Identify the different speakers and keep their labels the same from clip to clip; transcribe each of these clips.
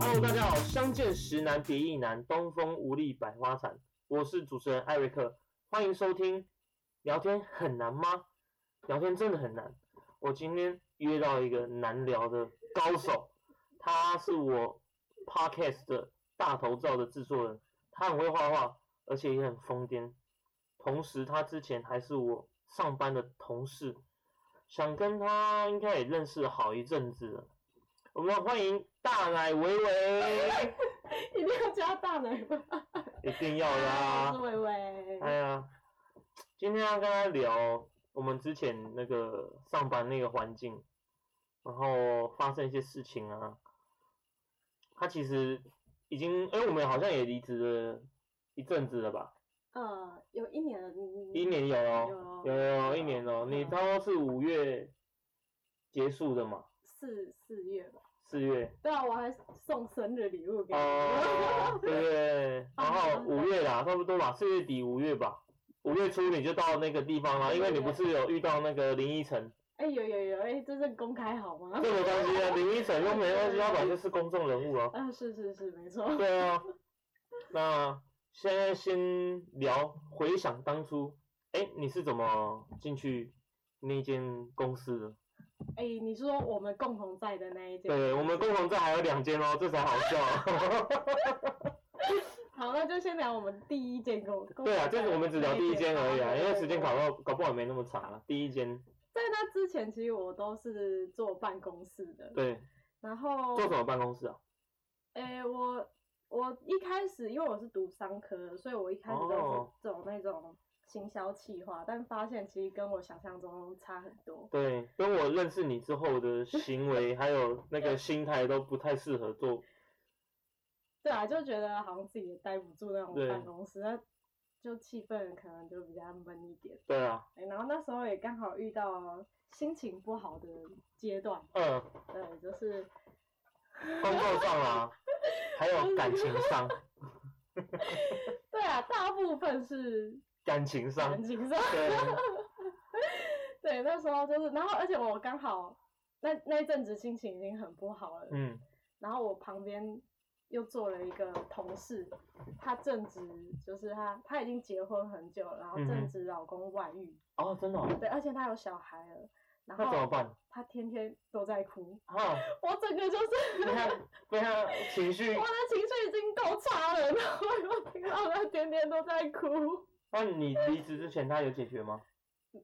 Speaker 1: Hello，大家好，相见时难别亦难，东风无力百花残。我是主持人艾瑞克，欢迎收听。聊天很难吗？聊天真的很难。我今天约到一个难聊的高手，他是我 podcast 的大头照的制作人，他很会画画，而且也很疯癫。同时，他之前还是我上班的同事，想跟他应该也认识了好一阵子了。我们要欢迎大奶维维，
Speaker 2: 一定要加大奶吗？
Speaker 1: 一定要
Speaker 2: 嗨我是
Speaker 1: 啦！
Speaker 2: 微微。
Speaker 1: 哎呀，今天要跟他聊我们之前那个上班那个环境，然后发生一些事情啊。他其实已经，哎、我们好像也离职了一阵子了吧？
Speaker 2: 呃，有一年了，你你
Speaker 1: 一年有哦，
Speaker 2: 有
Speaker 1: 有有一年哦，
Speaker 2: 嗯
Speaker 1: 你差不多是五月结束的嘛？
Speaker 2: 四四月吧？
Speaker 1: 四月
Speaker 2: 对啊，我还送生日礼物给
Speaker 1: 嗯
Speaker 2: 你。
Speaker 1: 哦，对对对，然后
Speaker 2: 嗯
Speaker 1: 五月啦，差不多吧，四月底五月吧，五月初你就到那个地方了，因为你不是有遇到那个林依晨，
Speaker 2: 哎、有有有，哎、这是公开好吗
Speaker 1: 这？没关系啊，林依晨又没关系，他本来就是公众人物啊。
Speaker 2: 啊，是是是，没错。
Speaker 1: 对啊，那现在先聊回想当初，哎，你是怎么进去那间公司的？
Speaker 2: 哎、你说我们共同在的那一件，
Speaker 1: 对我们共同在还有两间哦，这才好笑。
Speaker 2: 好，那就先聊我们第一间公。
Speaker 1: 对啊，就是我们只聊第一间而已啊，因为时间搞
Speaker 2: 到。
Speaker 1: 到搞不好也没那么长啊。第一间，
Speaker 2: 在那之前，其实我都是坐办公室的，
Speaker 1: 对，
Speaker 2: 然后
Speaker 1: 做什么办公室啊？
Speaker 2: 诶、我我一开始因为我是读商科，所以我一开始都
Speaker 1: 哦
Speaker 2: 是走那种行销企划，但发现其实跟我想象中差很多。
Speaker 1: 对，跟我认识你之后的行为还有那个心态都不太适合做。
Speaker 2: 对啊，就觉得好像自己也待不住那种
Speaker 1: 对
Speaker 2: 办公室，那就气氛可能就比较闷一点。
Speaker 1: 对啊，
Speaker 2: 诶然后那时候也刚好遇到心情不好的阶段，
Speaker 1: 嗯，
Speaker 2: 对，就是
Speaker 1: 工作上 啊，还有感情上，
Speaker 2: 对啊，大部分是
Speaker 1: 感情上
Speaker 2: 感，情上。
Speaker 1: 对，
Speaker 2: 对，那时候就是，然后而且我刚好那那一阵子心情已经很不好了，
Speaker 1: 嗯，
Speaker 2: 然后我旁边又坐了一个同事，她正值就是她她已经结婚很久了，然后
Speaker 1: 嗯
Speaker 2: 正
Speaker 1: 哼
Speaker 2: 值老公外遇，
Speaker 1: 哦，真的哦、
Speaker 2: 对，而且她有小孩了，
Speaker 1: 那
Speaker 2: 然
Speaker 1: 怎么
Speaker 2: 后
Speaker 1: 办？
Speaker 2: 她天天都在哭，
Speaker 1: 啊，
Speaker 2: 我整个就是
Speaker 1: 被他被他情 绪
Speaker 2: 我，的情绪已经够差了，然后又听到她天天都在哭。
Speaker 1: 那你离职之前他有解决吗？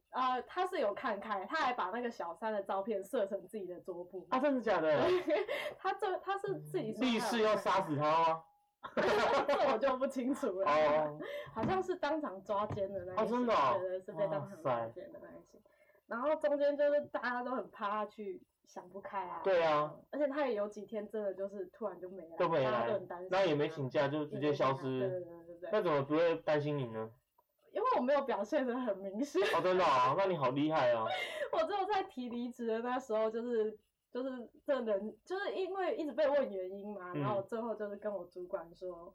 Speaker 2: 呃，她是有看开，她还把那个小三的照片设成自己的桌布。
Speaker 1: 啊，真的假 的？
Speaker 2: 她这她是自己说
Speaker 1: 立
Speaker 2: 她
Speaker 1: 誓
Speaker 2: 有
Speaker 1: 要
Speaker 2: 看
Speaker 1: 杀死他吗？
Speaker 2: 这我就不清楚了。
Speaker 1: 哦，
Speaker 2: 好像是当场抓奸的那一
Speaker 1: 哦真的哦
Speaker 2: 对对，是被当
Speaker 1: 哇
Speaker 2: 场
Speaker 1: 塞
Speaker 2: 抓奸的那一些。然后中间就是大家都很怕他去想不开啊。
Speaker 1: 对啊
Speaker 2: 嗯，而且他也有几天真的就是突然就没来，
Speaker 1: 都没
Speaker 2: 大家都
Speaker 1: 来
Speaker 2: 很担心，
Speaker 1: 那也
Speaker 2: 啊
Speaker 1: 没请假，就直接消
Speaker 2: 对对
Speaker 1: 失。
Speaker 2: 对对对对，
Speaker 1: 那怎么不会担心你呢？
Speaker 2: 因为我没有表现的很明显，
Speaker 1: 哦，真的啊，那你好厉害啊！
Speaker 2: 我只有在提离职的那时候就是。就是这人，就是因为一直被问原因嘛，
Speaker 1: 嗯
Speaker 2: 然后我最后就是跟我主管说，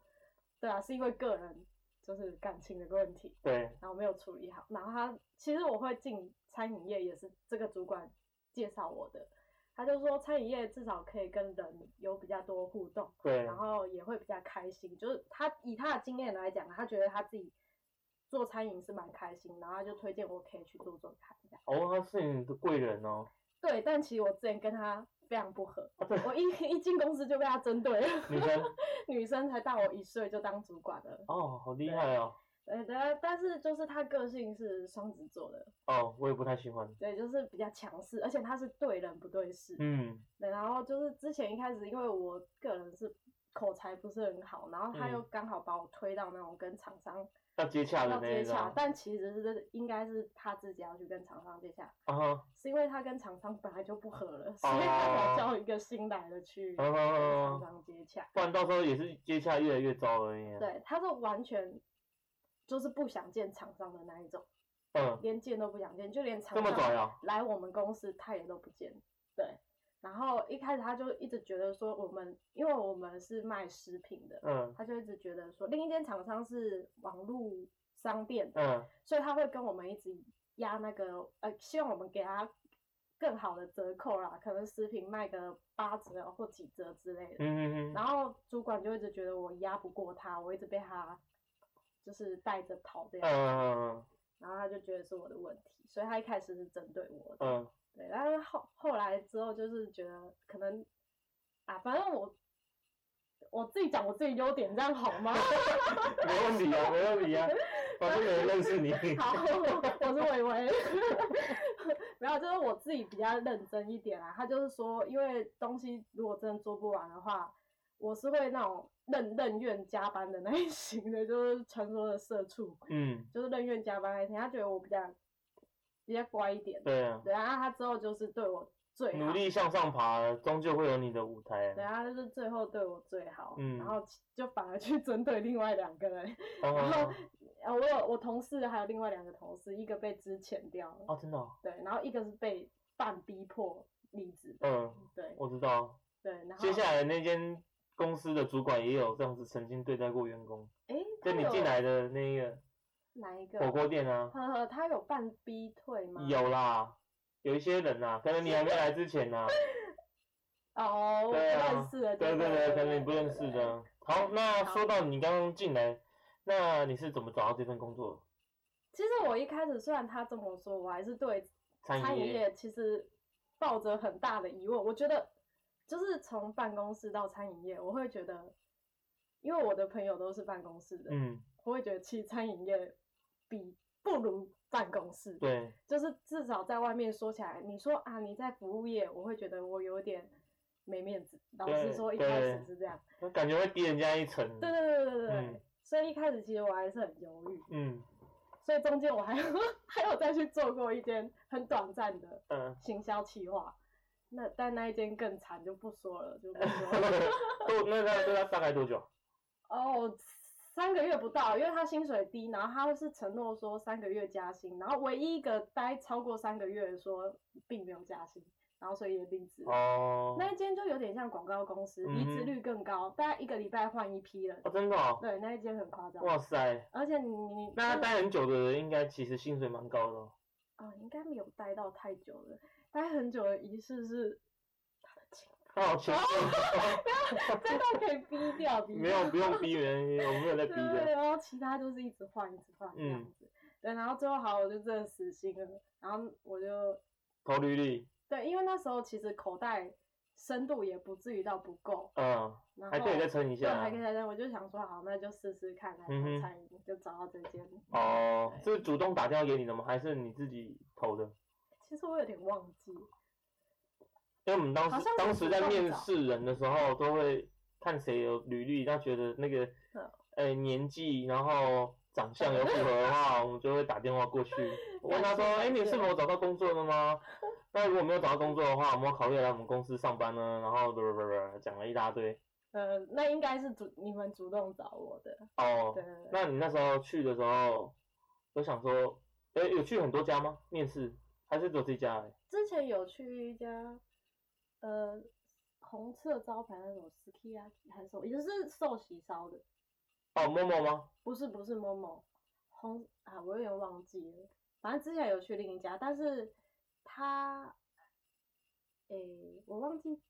Speaker 2: 对啊，是因为个人就是感情的问题，
Speaker 1: 对，
Speaker 2: 然后没有处理好。然后他其实我会进餐饮业也是这个主管介绍我的，他就说餐饮业至少可以跟人有比较多互动，
Speaker 1: 对，
Speaker 2: 然后也会比较开心。就是他以他的经验来讲，他觉得他自己做餐饮是蛮开心，然后他就推荐我可以去做做看这样。
Speaker 1: 哦，他是你的贵人哦，
Speaker 2: 对，但其实我之前跟他非常不合，
Speaker 1: 啊对
Speaker 2: 我一一进公司就被他针对了，
Speaker 1: 女生
Speaker 2: 女生才大我一岁就当主管了。
Speaker 1: 哦，好厉害哦，
Speaker 2: 呃，但但是就是他个性是双子座的，
Speaker 1: 哦，我也不太喜欢，
Speaker 2: 对，就是比较强势，而且他是对人不对事。
Speaker 1: 嗯，
Speaker 2: 对，然后就是之前一开始，因为我个人是口才不是很好，然后他
Speaker 1: 嗯
Speaker 2: 又刚好把我推到那种跟厂商
Speaker 1: 要接洽的
Speaker 2: 要
Speaker 1: 那
Speaker 2: 接
Speaker 1: 一种，
Speaker 2: 洽，
Speaker 1: 啊
Speaker 2: 但其实是应该是他自己要去跟厂商接洽，
Speaker 1: 哈，
Speaker 2: 是因为他跟厂商本来就不合了，所以他
Speaker 1: 哦
Speaker 2: 才叫一个新来的去跟厂商接洽。
Speaker 1: 不然到时候也是接洽越来越糟而已啊。
Speaker 2: 对，他是完全就是不想见厂商的那一种，
Speaker 1: 嗯，
Speaker 2: 连见都不想见，就连厂
Speaker 1: 这么
Speaker 2: 商
Speaker 1: 拽啊？
Speaker 2: 来我们公司，他也都不见。对，然后一开始他就一直觉得说我们，因为我们是卖食品的，
Speaker 1: 嗯
Speaker 2: 他就一直觉得说另一间厂商是网络商店的，
Speaker 1: 嗯，
Speaker 2: 所以他会跟我们一直压那个呃，希望我们给他更好的折扣啦，可能食品卖个八折或几折之类的。
Speaker 1: 嗯嗯嗯，
Speaker 2: 然后主管就一直觉得我压不过他，我一直被他就是带着跑这样，
Speaker 1: 嗯
Speaker 2: 然后他就觉得是我的问题，所以他一开始是针对我的。
Speaker 1: 嗯
Speaker 2: 对，但是后后来之后就是觉得可能啊，反正我我自己讲我自己优点，这样好吗？
Speaker 1: 嗯， 没问题啊，没问题啊，反正没人认识你。
Speaker 2: 好，我是伟伟， 没有，就是我自己比较认真一点啊啦。他就是说，因为东西如果真的做不完的话，我是会那种任任怨加班的那一型的，就是传说的社畜，
Speaker 1: 嗯，
Speaker 2: 就是任怨加班那一型。他觉得我比较比较乖一点，
Speaker 1: 对啊，
Speaker 2: 对啊，他之后就是对我最好
Speaker 1: 努，力向上爬，终究会有你的舞台
Speaker 2: 对
Speaker 1: 啊。
Speaker 2: 啊，他就是最后对我最好，
Speaker 1: 嗯
Speaker 2: 然后就反而去针对另外两个人。
Speaker 1: 然
Speaker 2: 然后
Speaker 1: 后
Speaker 2: 呃，我有我同事还有另外两个同事，一个被支遣掉了，
Speaker 1: 啊，真的哦，
Speaker 2: 对，然后一个是被半逼迫离职的，
Speaker 1: 嗯，
Speaker 2: 对
Speaker 1: 我知道。
Speaker 2: 对，然后
Speaker 1: 接下来那间公司的主管也有这样子曾经对待过员工，
Speaker 2: 哎，
Speaker 1: 就
Speaker 2: 他
Speaker 1: 你
Speaker 2: 有
Speaker 1: 进来的那个
Speaker 2: 哪一个
Speaker 1: 火锅店啊，
Speaker 2: 呵呵，他有半逼退哎吗？
Speaker 1: 有啦，有一些人啊呐，可能你还没来之前啊呐，
Speaker 2: 哦，我不
Speaker 1: 对啊
Speaker 2: 认识的，
Speaker 1: 对对对，可能你不认识。
Speaker 2: 对对
Speaker 1: 的。啊好，那
Speaker 2: 好
Speaker 1: 说到你刚刚进来，那你是怎么找到这份工作的？
Speaker 2: 其实我一开始虽然他这么说，我还是对
Speaker 1: 餐
Speaker 2: 餐
Speaker 1: 饮
Speaker 2: 饮
Speaker 1: 业，
Speaker 2: 业其实抱着很大的疑问。我觉得就是从办公室到餐饮业，我会觉得，因为我的朋友都是办公室的，
Speaker 1: 嗯，
Speaker 2: 我会觉得其实餐饮业比不如办公室。
Speaker 1: 对，
Speaker 2: 就是至少在外面说起来，你说啊你在服务业，我会觉得我有点没面子。老实
Speaker 1: 对
Speaker 2: 说，一开始
Speaker 1: 对
Speaker 2: 是这样。
Speaker 1: 那感觉会低人家一层。
Speaker 2: 对对对对对对。
Speaker 1: 嗯
Speaker 2: 所以一开始其实我还是很犹豫，
Speaker 1: 嗯
Speaker 2: 所以中间我还还有 再去做过一间很短暂的
Speaker 1: 嗯，
Speaker 2: 行销企划，那但那一间更惨就不说了，就不说了。
Speaker 1: 都那他对他大概多久？
Speaker 2: 哦，三个月不到，因为他薪水低，然后他是承诺说三个月加薪，然后唯一一个待超过三个月的说并没有加薪，然后所以也离职。
Speaker 1: 哦，
Speaker 2: 那一间就有点像广告公司，
Speaker 1: 嗯哼
Speaker 2: 离职率更高，大概一个礼拜换一批人。
Speaker 1: 哦，真的哦，
Speaker 2: 对，那一间很夸张，
Speaker 1: 哇塞，
Speaker 2: 而且你你
Speaker 1: 那他
Speaker 2: 啊、
Speaker 1: 待很久的人应该其实薪水蛮高的哦。
Speaker 2: 呃应该没有待到太久了，待很久的仪 式是他的情
Speaker 1: 他好
Speaker 2: 哦
Speaker 1: 穷，
Speaker 2: 人，这段可以逼掉，逼掉
Speaker 1: 没有不用逼人，我没有在逼嗯
Speaker 2: 对，
Speaker 1: 的。
Speaker 2: 然后其他就是一直换，一直换这样子。对，然后最后好，我就真的死心了。然后我就
Speaker 1: 投履历，
Speaker 2: 对，因为那时候其实口袋深度也不至于到不够，
Speaker 1: 嗯，
Speaker 2: 然后
Speaker 1: 还可以再撑一
Speaker 2: 对，
Speaker 1: 下
Speaker 2: 还
Speaker 1: 啊
Speaker 2: 可以。再扔。我就想说，好，那就试试看，来
Speaker 1: 嗯哼
Speaker 2: 餐饮、就找到这间。
Speaker 1: 哦，
Speaker 2: 对，
Speaker 1: 是主动打电话给你的吗？还是你自己投的？
Speaker 2: 其实我有点忘记，
Speaker 1: 因为我们当
Speaker 2: 好
Speaker 1: 时
Speaker 2: 像是
Speaker 1: 当时在
Speaker 2: 主动
Speaker 1: 面
Speaker 2: 找
Speaker 1: 试人的时候，都会看谁有履历，那觉得那个
Speaker 2: 嗯，
Speaker 1: 呃，年纪然后长相有符合的 话，我们就会打电话过去，我问他说，哎、
Speaker 2: 感谢
Speaker 1: 你是否找到工作了 吗？那如果没有找到工作的话，有没有考虑来我们公司上班呢？然后不不不不讲了一大堆。
Speaker 2: 呃，那应该是主你们主动找我的。
Speaker 1: 哦
Speaker 2: 对，对对
Speaker 1: 那你那时候去的时候，有想说，哎、有去很多家吗？面试还是只有这家而已？
Speaker 2: 之前有去一家，呃，红色招牌那种 Skiaki 还是什么，也是寿喜烧的。
Speaker 1: 哦，默默吗？
Speaker 2: 不是不是某某红啊，我有点忘记了。反正之前有去另一家，但是他，诶、我忘记，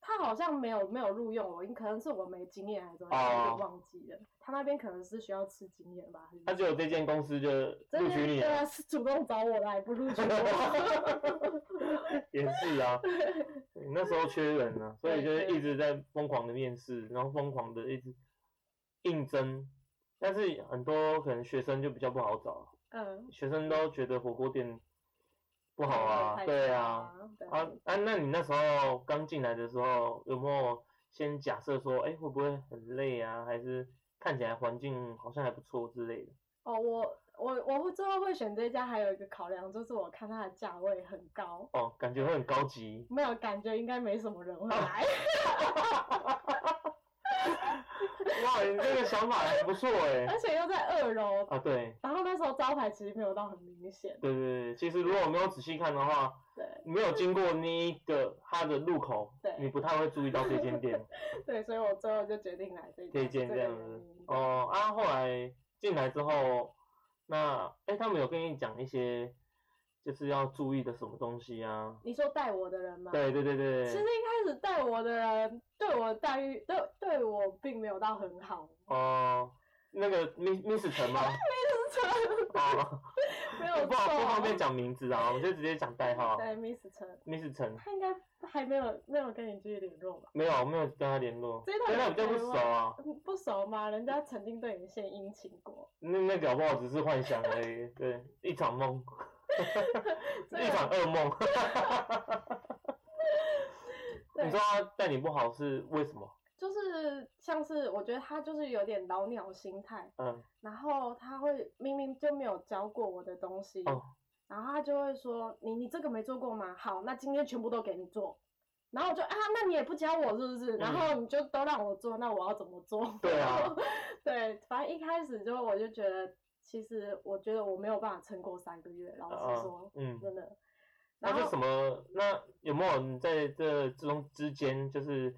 Speaker 2: 他好像没有没有录用我，可能是我没经验还是怎么样，我有
Speaker 1: 哦
Speaker 2: 点忘记了。他那边可能是需要吃经验吧，还是
Speaker 1: 他只有这间公司就
Speaker 2: 真
Speaker 1: 录
Speaker 2: 的
Speaker 1: 取你
Speaker 2: 对啊，
Speaker 1: 了，
Speaker 2: 是主动找我来，不录取我。
Speaker 1: 也是啊。对那时候缺人啊，所以就是一直在疯狂的面试，然后疯狂的一直应征。但是很多可能学生就比较不好找，
Speaker 2: 嗯，
Speaker 1: 学生都觉得火锅店不好啊，
Speaker 2: 太
Speaker 1: 对
Speaker 2: 差
Speaker 1: 啊，
Speaker 2: 了，对
Speaker 1: 啊啊，那你那时候刚进来的时候，有没有先假设说，哎、会不会很累啊？还是看起来环境好像还不错之类的？
Speaker 2: 哦，我我我会最后会选这一家，还有一个考量就是我看它的价位很高，
Speaker 1: 哦，感觉会很高级，
Speaker 2: 没有感觉，应该没什么人会来。
Speaker 1: 哇，你这个想法还不错哎、
Speaker 2: 而且又在二楼，
Speaker 1: 啊，对
Speaker 2: 然后那时候招牌其实没有到很明显，
Speaker 1: 对对对，其实如果没有仔细看的话，
Speaker 2: 对
Speaker 1: 没有经过那一个它的入口，
Speaker 2: 对
Speaker 1: 你不太会注意到这间 店
Speaker 2: 对，所以我最后就决定来这
Speaker 1: 这
Speaker 2: 一
Speaker 1: 间这样子。
Speaker 2: 哦，
Speaker 1: 哦，啊，后来进来之后，那哎、他们有跟你讲一些就是要注意的什么东西啊？
Speaker 2: 你说带我的人吗？
Speaker 1: 对对对对，
Speaker 2: 其实一开始带我的人对我的待遇对对我并没有到很好，
Speaker 1: 哦、那个 Miss Miss 陈吗？哦，
Speaker 2: 没有
Speaker 1: 不好不方便
Speaker 2: 错。
Speaker 1: 讲名字啊，我就直接讲代号
Speaker 2: 对，Miss 陈，
Speaker 1: ，Miss 陈。
Speaker 2: 他应该还没有没有跟你继续联络吧？
Speaker 1: 没有，我没有跟他联络，
Speaker 2: 这一段
Speaker 1: 跟他
Speaker 2: 有
Speaker 1: 比较不
Speaker 2: 联络
Speaker 1: 熟啊。
Speaker 2: 嗯不熟吗？人家曾经对你献殷勤过，
Speaker 1: 那那搞不好只是幻想而已，对，一场 梦，
Speaker 2: 所以
Speaker 1: 一场噩梦。
Speaker 2: 对
Speaker 1: 你说他待你不好是为什么？
Speaker 2: 就是像是我觉得他就是有点老鸟心态，
Speaker 1: 嗯，
Speaker 2: 然后他会明明就没有教过我的东西，
Speaker 1: 哦
Speaker 2: 然后他就会说你你这个没做过吗？好，那今天全部都给你做。然后我就啊，那你也不教我是不是？然后你就都让我做，那我要怎么做？
Speaker 1: 嗯对啊，
Speaker 2: 对，反正一开始就我就觉得，其实我觉得我没有办法撑过三个月，老实
Speaker 1: 啊
Speaker 2: 说，，
Speaker 1: 嗯，
Speaker 2: 真的。
Speaker 1: 那
Speaker 2: 然后
Speaker 1: 是什么？那有没有你在这之中之间就是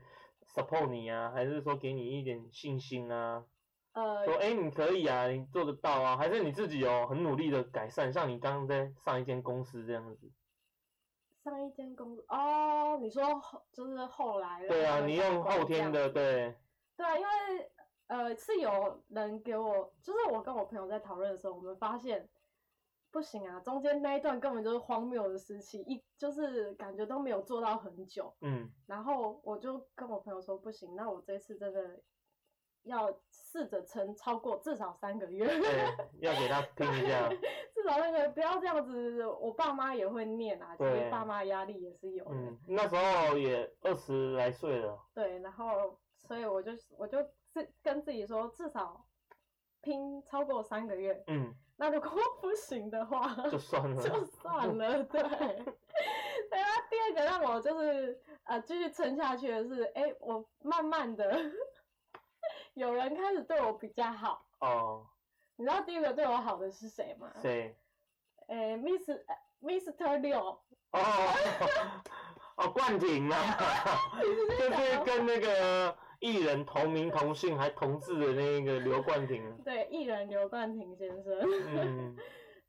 Speaker 1: support 你啊，还是说给你一点信心啊？
Speaker 2: 呃，
Speaker 1: 说哎、诶你可以啊，你做得到啊？还是你自己有很努力的改善？像你刚刚在上一间公司这样子，
Speaker 2: 上一间公司哦，你说后就是后来
Speaker 1: 对啊，
Speaker 2: 让我
Speaker 1: 你
Speaker 2: 改
Speaker 1: 用
Speaker 2: 观
Speaker 1: 后
Speaker 2: 这
Speaker 1: 天
Speaker 2: 样
Speaker 1: 的
Speaker 2: 子
Speaker 1: 对，
Speaker 2: 对啊，因为呃是有人给我，就是我跟我朋友在讨论的时候，我们发现不行啊，中间那一段根本就是荒谬的时期，一就是感觉都没有做到很久。
Speaker 1: 嗯
Speaker 2: 然后我就跟我朋友说，不行，那我这次真的要试着撑超过至少三个月，
Speaker 1: 对，要给他拼一下，
Speaker 2: 至少那个不要这样子，我爸妈也会念啊，其实
Speaker 1: 对
Speaker 2: 爸妈压力也是有的。
Speaker 1: 嗯，那时候也二十来岁了，
Speaker 2: 对，然后所以我就我就自跟自己说，至少拼超过三个月。
Speaker 1: 嗯，
Speaker 2: 那如果不行的话，
Speaker 1: 就算了，
Speaker 2: 哦就算了。对， 对啊。第二个让我就是呃继续撑下去的是，哎，我慢慢的 有人开始对我比较好。
Speaker 1: 哦，
Speaker 2: 你知道第一个对我好的是谁吗？
Speaker 1: 谁？
Speaker 2: 哎，Miss 呃 Mr. 六，
Speaker 1: 哦 哦，冠廷 啊，就是跟那个艺人同名同姓还同字的那个刘冠廷，啊
Speaker 2: 对，艺人刘冠廷先生。
Speaker 1: 嗯，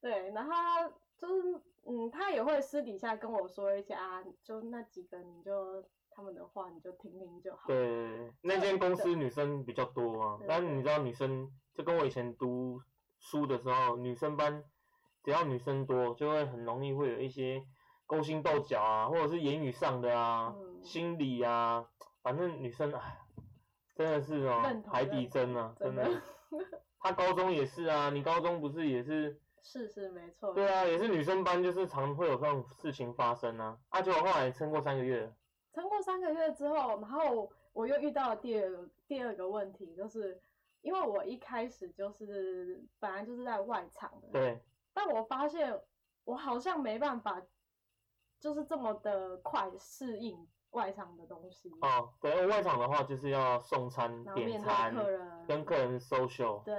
Speaker 2: 对，然后他就是，嗯，他也会私底下跟我说一些啊，就那几个你就他们的话你就听听就好。
Speaker 1: 对，那间公司女生比较多啊，但你知道女生就跟我以前读书的时候，女生班只要女生多，就会很容易会有一些勾心斗角啊，或者是言语上的啊、
Speaker 2: 嗯
Speaker 1: 心理啊，反正女生哎，真的是哦
Speaker 2: 认，同
Speaker 1: 海底
Speaker 2: 认同
Speaker 1: 针啊，真
Speaker 2: 真的
Speaker 1: 的。他高中也是啊，你高中不是也是？
Speaker 2: 是是没错。
Speaker 1: 对啊，也是女生班，就是常会有这种事情发生啊。啊，结果后来撑过三个月，
Speaker 2: 撑过三个月之后，然后我又遇到了第二个第二个问题，就是因为我一开始就是本来就是在外场的，
Speaker 1: 对，
Speaker 2: 但我发现我好像没办法，就是这么的快适应外场的东西，
Speaker 1: 哦，对，外场的话就是要送餐、
Speaker 2: 然后
Speaker 1: 点
Speaker 2: 面
Speaker 1: 餐
Speaker 2: 对，客人，
Speaker 1: 跟客人 social，
Speaker 2: 对，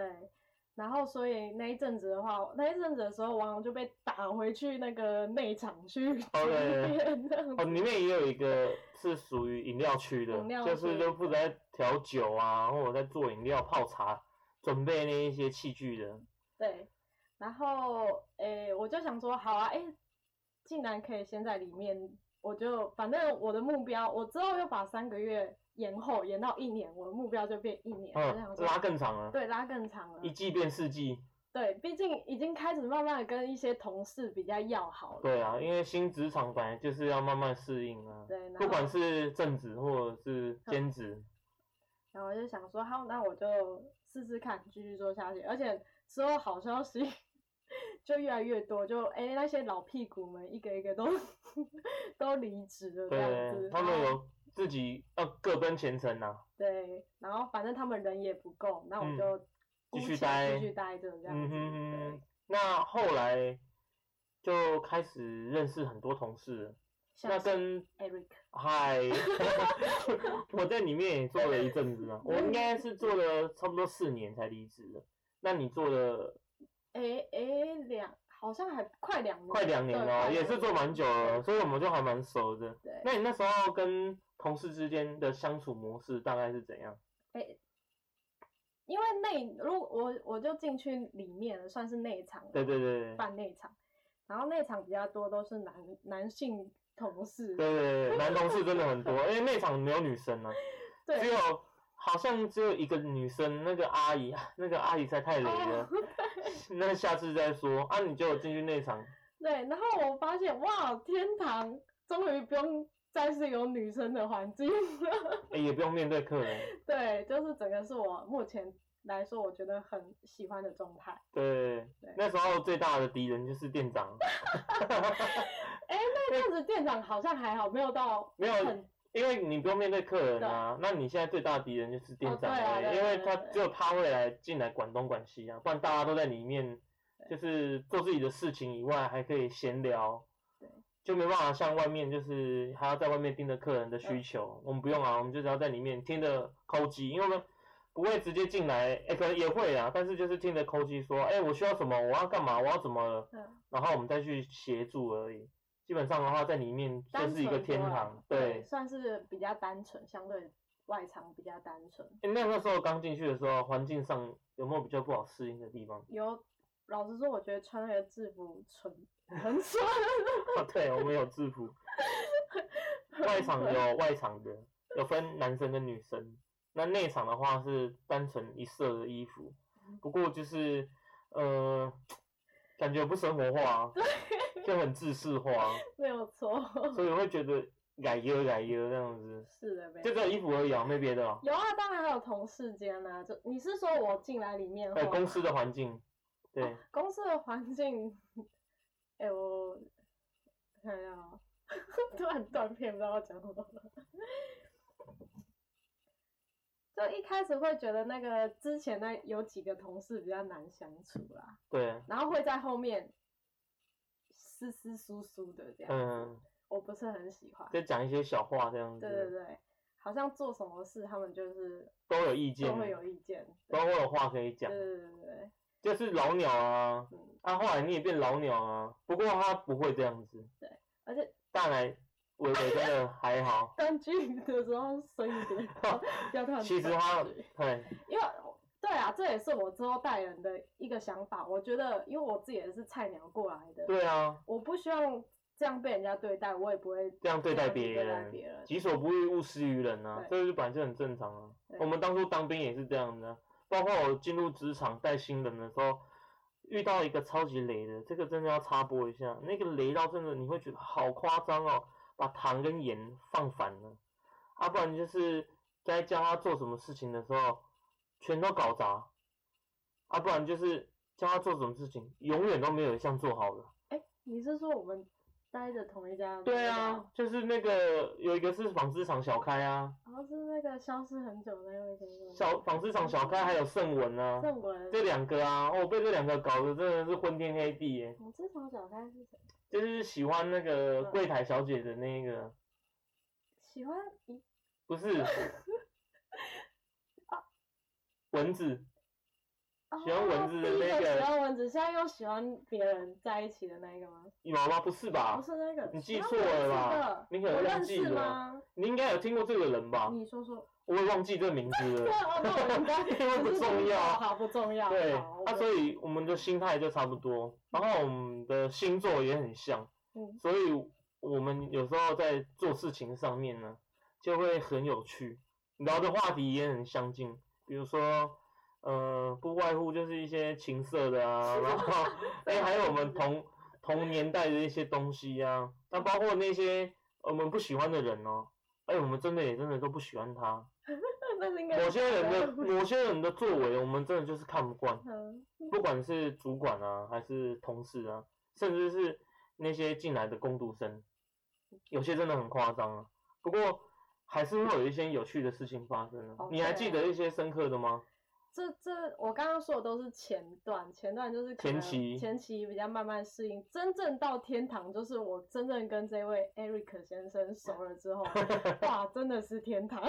Speaker 2: 然后所以那一阵子的话，那一阵子的时候，王就被打回去那个内场去
Speaker 1: 哦
Speaker 2: 煮
Speaker 1: 对 对
Speaker 2: 面这样
Speaker 1: 哦，
Speaker 2: 子。
Speaker 1: 里面也有一个是属于饮料区的
Speaker 2: 饮料，
Speaker 1: 就
Speaker 2: 区
Speaker 1: 是就负责在调酒啊，或者在做饮料、泡茶，准备那一些器具的。
Speaker 2: 对，然后诶，我就想说，好啊，诶，竟然可以先在里面，我就反正我的目标，我之后又把三个月延后，延到一年，我的目标就变一年，我
Speaker 1: 嗯
Speaker 2: 就想，说，
Speaker 1: 拉更长了，
Speaker 2: 对，啊拉更长了
Speaker 1: 一。季变四季。
Speaker 2: 对，毕竟已经开始慢慢的跟一些同事比较要好了。
Speaker 1: 对啊，因为新职场本来就是要慢慢适应啊。
Speaker 2: 对，然
Speaker 1: 不管
Speaker 2: 后
Speaker 1: 是正职或者是兼职，
Speaker 2: 然后我就想说，好，那我就试试看，继续做下去。而且之后好消息就越来越多，就哎、那些老屁股们一个一个都 都离职了这样子哦
Speaker 1: 对，。他们
Speaker 2: 然后
Speaker 1: 有自己要各奔前程呐、啊。
Speaker 2: 对，然后反正他们人也不够，那我
Speaker 1: 嗯
Speaker 2: 就
Speaker 1: 继
Speaker 2: 姑
Speaker 1: 续
Speaker 2: 且
Speaker 1: 待
Speaker 2: 继续待着这样
Speaker 1: 嗯
Speaker 2: 子。
Speaker 1: 哼哼，那后来就开始认识很多同事了，
Speaker 2: 对，
Speaker 1: 那
Speaker 2: 像是
Speaker 1: 跟
Speaker 2: Eric
Speaker 1: 嗨， 我在里面也做了一阵子啊，我应该是做了差不多四年才离职的。那你做了
Speaker 2: 哎哎两，好像还快两年，
Speaker 1: 快两年
Speaker 2: 对
Speaker 1: 了哦，
Speaker 2: 快
Speaker 1: 也
Speaker 2: 两
Speaker 1: 是做
Speaker 2: 年
Speaker 1: 蛮久了，所以我们就还蛮熟的。
Speaker 2: 对，
Speaker 1: 那你那时候跟同事之间的相处模式大概是怎样？
Speaker 2: 因为内，如果我我就进去里面了，算是内场了，
Speaker 1: 对对对对，
Speaker 2: 办内场。然后那场比较多都是男男性同事，
Speaker 1: 对对对，男同事真的很多，因为那场没有女生啊，
Speaker 2: 对
Speaker 1: 只有好像只有一个女生，那个阿姨， 那个阿姨才太雷了
Speaker 2: 哦。
Speaker 1: 那下次再说啊，你就进去内场，
Speaker 2: 对，然后我发现哇，天堂终于不用再是有女生的环境了。
Speaker 1: 哎、也不用面对客人。
Speaker 2: 对，就是整个是我目前来说我觉得很喜欢的状态。
Speaker 1: 对
Speaker 2: 对，
Speaker 1: 那时候最大的敌人就是店 长，
Speaker 2: 哎，那阵子店长好像还好，没有到
Speaker 1: 没有
Speaker 2: 很
Speaker 1: 因为你不用面对客人啊，那你现在最大的敌人就是店长
Speaker 2: 哦对啊
Speaker 1: 而已
Speaker 2: 对啊
Speaker 1: 因为
Speaker 2: 对
Speaker 1: 他
Speaker 2: 啊对啊
Speaker 1: 只有他会来进来管东管西啊，不然大家都在里面，就是做自己的事情以外，还可以闲聊
Speaker 2: 对，
Speaker 1: 就没办法像外面就是还要在外面盯着客人的需
Speaker 2: 嗯
Speaker 1: 求，我们不用啊，我们就只要在里面听着抠机，因为我们不会直接进来，哎、可能也会啊，但是就是听着抠机说，哎、我需要什么，我要干嘛，我要怎么了，
Speaker 2: 嗯
Speaker 1: 然后我们再去协助而已。基本上的话，在里面就
Speaker 2: 单
Speaker 1: 是一
Speaker 2: 纯
Speaker 1: 个天
Speaker 2: 多了
Speaker 1: 堂，
Speaker 2: 对，算是比较单纯，相对外场比较单纯。？
Speaker 1: 欸那那时候刚进去的时候，环境上有没有比较不好适应的地方
Speaker 2: 有老实说，我觉得穿那个制服纯很蠢，
Speaker 1: 啊，对，我们有制服，外场 有外场的，有分男生跟女生。那内场的话是单纯一色的衣服，
Speaker 2: 嗯
Speaker 1: 不过就是呃，感觉不生活化，啊就很制式化，啊
Speaker 2: 没有错，
Speaker 1: 所以我会觉得改耶改耶这样子，
Speaker 2: 是的，没
Speaker 1: 就
Speaker 2: 有
Speaker 1: 只有衣服而已啊，没别的啊。
Speaker 2: 有啊，当然还有同事间呢、就你是说我进来里面后，
Speaker 1: 呃，公司的环境，对，
Speaker 2: 公司的环境，哎、我看一下啊， 突然断片，不知道要讲什么。就一开始会觉得那个之前那有几个同事比较难相处啦，
Speaker 1: 对，
Speaker 2: 然后会在后面斯斯疏疏的这样，
Speaker 1: 嗯，
Speaker 2: 我不是很喜欢。
Speaker 1: 再讲一些小话这样子，
Speaker 2: 对对对，好像做什么事他们就是
Speaker 1: 都有意见，
Speaker 2: 都会有意见。
Speaker 1: 都会有话可以讲
Speaker 2: 对，对对对对，
Speaker 1: 就是老鸟啊，
Speaker 2: 嗯，
Speaker 1: 啊，后来你也变老鸟啊，不过他不会这样子，
Speaker 2: 而且，
Speaker 1: 大奶伟伟真的还好
Speaker 2: 断句的时候深一点， 不要突然
Speaker 1: 其实
Speaker 2: 断
Speaker 1: 他
Speaker 2: 句，
Speaker 1: 对
Speaker 2: 因为对啊，这也是我之后带人的一个想法。我觉得，因为我自己也是菜鸟过来的，
Speaker 1: 对啊，
Speaker 2: 我不希望这样被人家对待，我也不会
Speaker 1: 这样对待
Speaker 2: 这样
Speaker 1: 别
Speaker 2: 去对待
Speaker 1: 人，
Speaker 2: 别人。
Speaker 1: 己所不欲，勿施于人啊，
Speaker 2: 对
Speaker 1: 这是本来就很正常啊。
Speaker 2: 对
Speaker 1: 我们当初当兵也是这样的啊，包括我进入职场带新人的时候。遇到一个超级雷的，这个真的要插播一下，那个雷到真的你会觉得好夸张哦，把糖跟盐放反了，啊，不然就是该教他做什么事情的时候，全都搞砸，啊，不然就是教他做什么事情，永远都没有一项做好的。
Speaker 2: 哎、你是说我们待着同一家？
Speaker 1: 对啊，，就是那个有一个是纺织厂小开啊，
Speaker 2: 然哦后是那个消失很久的那位先生，
Speaker 1: 小纺织厂小开还有盛文啊，
Speaker 2: 郑文，
Speaker 1: 这两个啊，我被这两个搞得真的是昏天黑地耶，
Speaker 2: 我至少小开是谁？
Speaker 1: 就是喜欢那个
Speaker 2: 嗯
Speaker 1: 柜台小姐的那个，
Speaker 2: 喜欢一
Speaker 1: 不 是。
Speaker 2: 啊
Speaker 1: 蚊子，
Speaker 2: 哦
Speaker 1: 喜欢蚊子的
Speaker 2: 第一
Speaker 1: 那个
Speaker 2: 喜欢蚊子，现在又喜欢别人在一起的那一个吗？
Speaker 1: 有吗？不是吧？
Speaker 2: 不是那个，
Speaker 1: 你
Speaker 2: 喜
Speaker 1: 记
Speaker 2: 欢
Speaker 1: 错
Speaker 2: 蚊
Speaker 1: 了
Speaker 2: 子
Speaker 1: 吧
Speaker 2: 的
Speaker 1: 你可能
Speaker 2: 我
Speaker 1: 忘
Speaker 2: 认
Speaker 1: 记
Speaker 2: 识
Speaker 1: 了
Speaker 2: 吗？
Speaker 1: 你应该有听过这个人吧？
Speaker 2: 你说说，
Speaker 1: 我也忘记这个名字
Speaker 2: 对
Speaker 1: 了。
Speaker 2: 啊，那我应该
Speaker 1: 因为不重要
Speaker 2: 好不重要，
Speaker 1: 对，
Speaker 2: 好
Speaker 1: 啊，所以我们的心态就差不多，然后我们的星座也很像，
Speaker 2: 嗯
Speaker 1: 所以我们有时候在做事情上面呢，就会很有趣，聊的话题也很相近，比如说，呃，不外乎就是一些情色的啊，然后哎、还有我们同同年代的一些东西啊，那包括那些我们不喜欢的人哦，哎、我们真的也真的都不喜欢他，
Speaker 2: 那是应该
Speaker 1: 某些人的
Speaker 2: 不要
Speaker 1: 某些人的作为，我们真的就是看不惯。
Speaker 2: 嗯
Speaker 1: 不管是主管啊，还是同事啊，甚至是那些进来的工读生，有些真的很夸张啊。不过还是会有一些有趣的事情发生啊。
Speaker 2: 哦
Speaker 1: 你还
Speaker 2: 对
Speaker 1: 记
Speaker 2: 啊
Speaker 1: 得一些深刻的吗？
Speaker 2: 这这，我刚刚说的都是前段，前段就是可
Speaker 1: 前
Speaker 2: 能
Speaker 1: 期
Speaker 2: 前期比较慢慢适应，真正到天堂就是我真正跟这位 Eric 先生熟了 之后，哇，真的是天堂，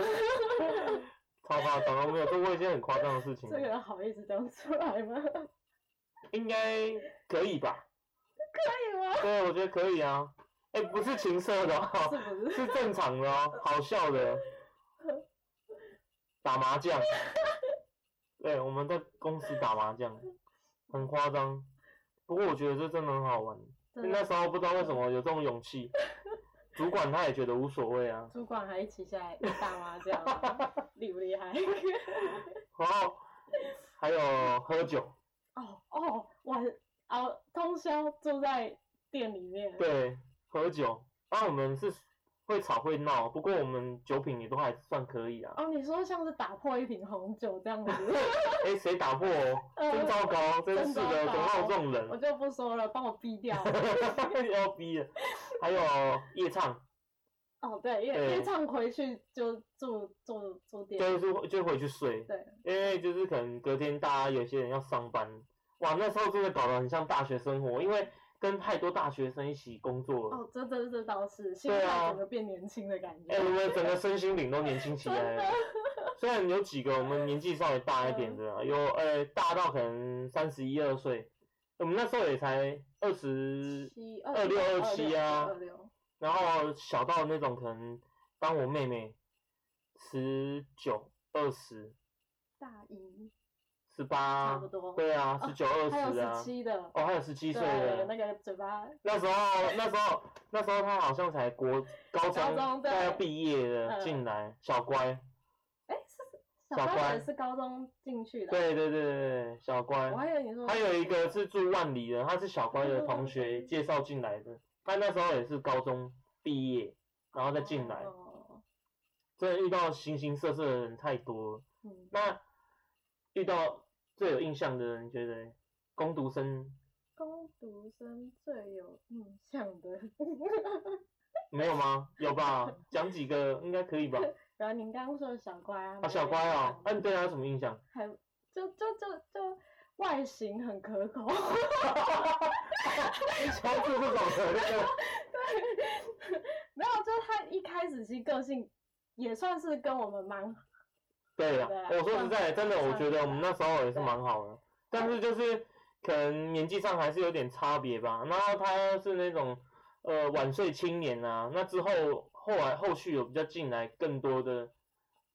Speaker 1: 超夸张，我们有做过一些很夸张的事情
Speaker 2: 这，个好意思讲出来吗？可
Speaker 1: 应该可以吧？
Speaker 2: 以吗？
Speaker 1: 对，我觉得可以啊。哎、不是情色的、哦，
Speaker 2: 是不是？
Speaker 1: 是正常的 哦，好笑的。打麻将，对，我们在公司打麻将，很夸张。不过我觉得这真的很好玩。
Speaker 2: 真的
Speaker 1: 那时候不知道为什么有这种勇气，主管他也觉得无所谓啊。
Speaker 2: 主管还一起下来打麻将啊， 厉不厉害？
Speaker 1: 然后还有喝酒，
Speaker 2: 哦哦，晚熬通宵住在店里面，
Speaker 1: 对，喝酒。然后我们是会吵会闹，不过我们酒品也都还算可以啊。
Speaker 2: 哦，你说像是打破一瓶红酒这 样子，
Speaker 1: 哎，谁打破哦？
Speaker 2: 呃
Speaker 1: 真糟糕，真是的，
Speaker 2: 真
Speaker 1: 怎
Speaker 2: 糟糕
Speaker 1: 么会有这种
Speaker 2: 我
Speaker 1: 人？
Speaker 2: 就不说了，帮我逼 掉。
Speaker 1: 要逼了。还有夜唱，
Speaker 2: 哦，对，夜
Speaker 1: 对
Speaker 2: 夜唱回去就住住住店，
Speaker 1: 就是就回去睡。
Speaker 2: 对，
Speaker 1: 因为就是可能隔天大家有些人要上班，哇，那时候真的搞得很像大学生活，因为跟太多大学生一起工作了，
Speaker 2: 哦，这这这倒是，心
Speaker 1: 对啊
Speaker 2: 态整个变年轻的感觉。
Speaker 1: 哎、我们整个身心灵都年轻起
Speaker 2: 真
Speaker 1: 来
Speaker 2: 的
Speaker 1: 了。 虽然有几个我们年纪稍微大一点的啊，有呃、大到可能三十一二岁，我们那时候也才二十，
Speaker 2: 七
Speaker 1: 26 27啊
Speaker 2: 二六
Speaker 1: 然后小到那种可能当我妹妹十九二十
Speaker 2: 大一
Speaker 1: 十八，
Speaker 2: 差不多哦
Speaker 1: 对啊，十九二
Speaker 2: 还有
Speaker 1: 十啊
Speaker 2: 十，七的，
Speaker 1: 哦，还有十七岁的
Speaker 2: 对，。那个嘴巴
Speaker 1: 那时候，那时候，那时候他好像才国高中，
Speaker 2: 高中对
Speaker 1: 快要毕业了
Speaker 2: 嗯
Speaker 1: 进来，小乖，
Speaker 2: 哎，是小
Speaker 1: 小
Speaker 2: 班
Speaker 1: 关
Speaker 2: 也是高中进去的。，
Speaker 1: 对对对对对，小乖
Speaker 2: 我。还以为你说
Speaker 1: 还有一个是住万里的，他是小乖的同学
Speaker 2: 嗯
Speaker 1: 介绍进来的，他那时候也是高中毕业，然后再进来，
Speaker 2: 哦
Speaker 1: 真的遇到形形色色的人太多了。
Speaker 2: 嗯，
Speaker 1: 那遇到最有印象的人，你觉得攻读生
Speaker 2: 攻读生最有印象的，
Speaker 1: 没有吗？有吧？讲几个应该可以吧？
Speaker 2: 然后您刚刚说的小乖啊，
Speaker 1: 啊，小乖哦，
Speaker 2: 蛮有
Speaker 1: 嗯、
Speaker 2: 印象
Speaker 1: 你
Speaker 2: 的
Speaker 1: 对他有什么印象？
Speaker 2: 还就就就就外形很可 口，
Speaker 1: 超出这种的那个，
Speaker 2: 没有，就是他一开始其实个性也算是跟我们蛮
Speaker 1: 对啦
Speaker 2: 对啊，
Speaker 1: 我说实在，真
Speaker 2: 算
Speaker 1: 的，我
Speaker 2: 算
Speaker 1: 觉得我们那时候也是
Speaker 2: 对啊
Speaker 1: 蛮好的，但是就是可能年纪上还是有点差别吧。然后他是那种呃晚睡青年啊，那之后后来后续有比较进来更多的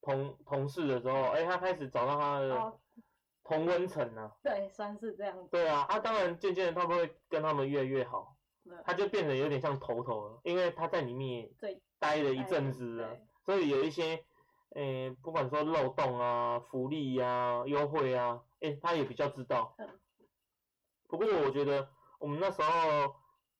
Speaker 1: 同同事的时候，哎、他开始找到他的
Speaker 2: 哦
Speaker 1: 同温层啊，
Speaker 2: 对，算是这样子
Speaker 1: 对啊，啊，当然渐渐的他会跟他们越来越好，
Speaker 2: 的。
Speaker 1: 他就变得有点像头头了，因为他在里面也
Speaker 2: 对，
Speaker 1: 待了一阵子了。
Speaker 2: 对
Speaker 1: 所以有一些，诶、不管说漏洞啊、福利啊、优惠啊，诶、他也比较知道。
Speaker 2: 嗯
Speaker 1: 不过我觉得我们那时候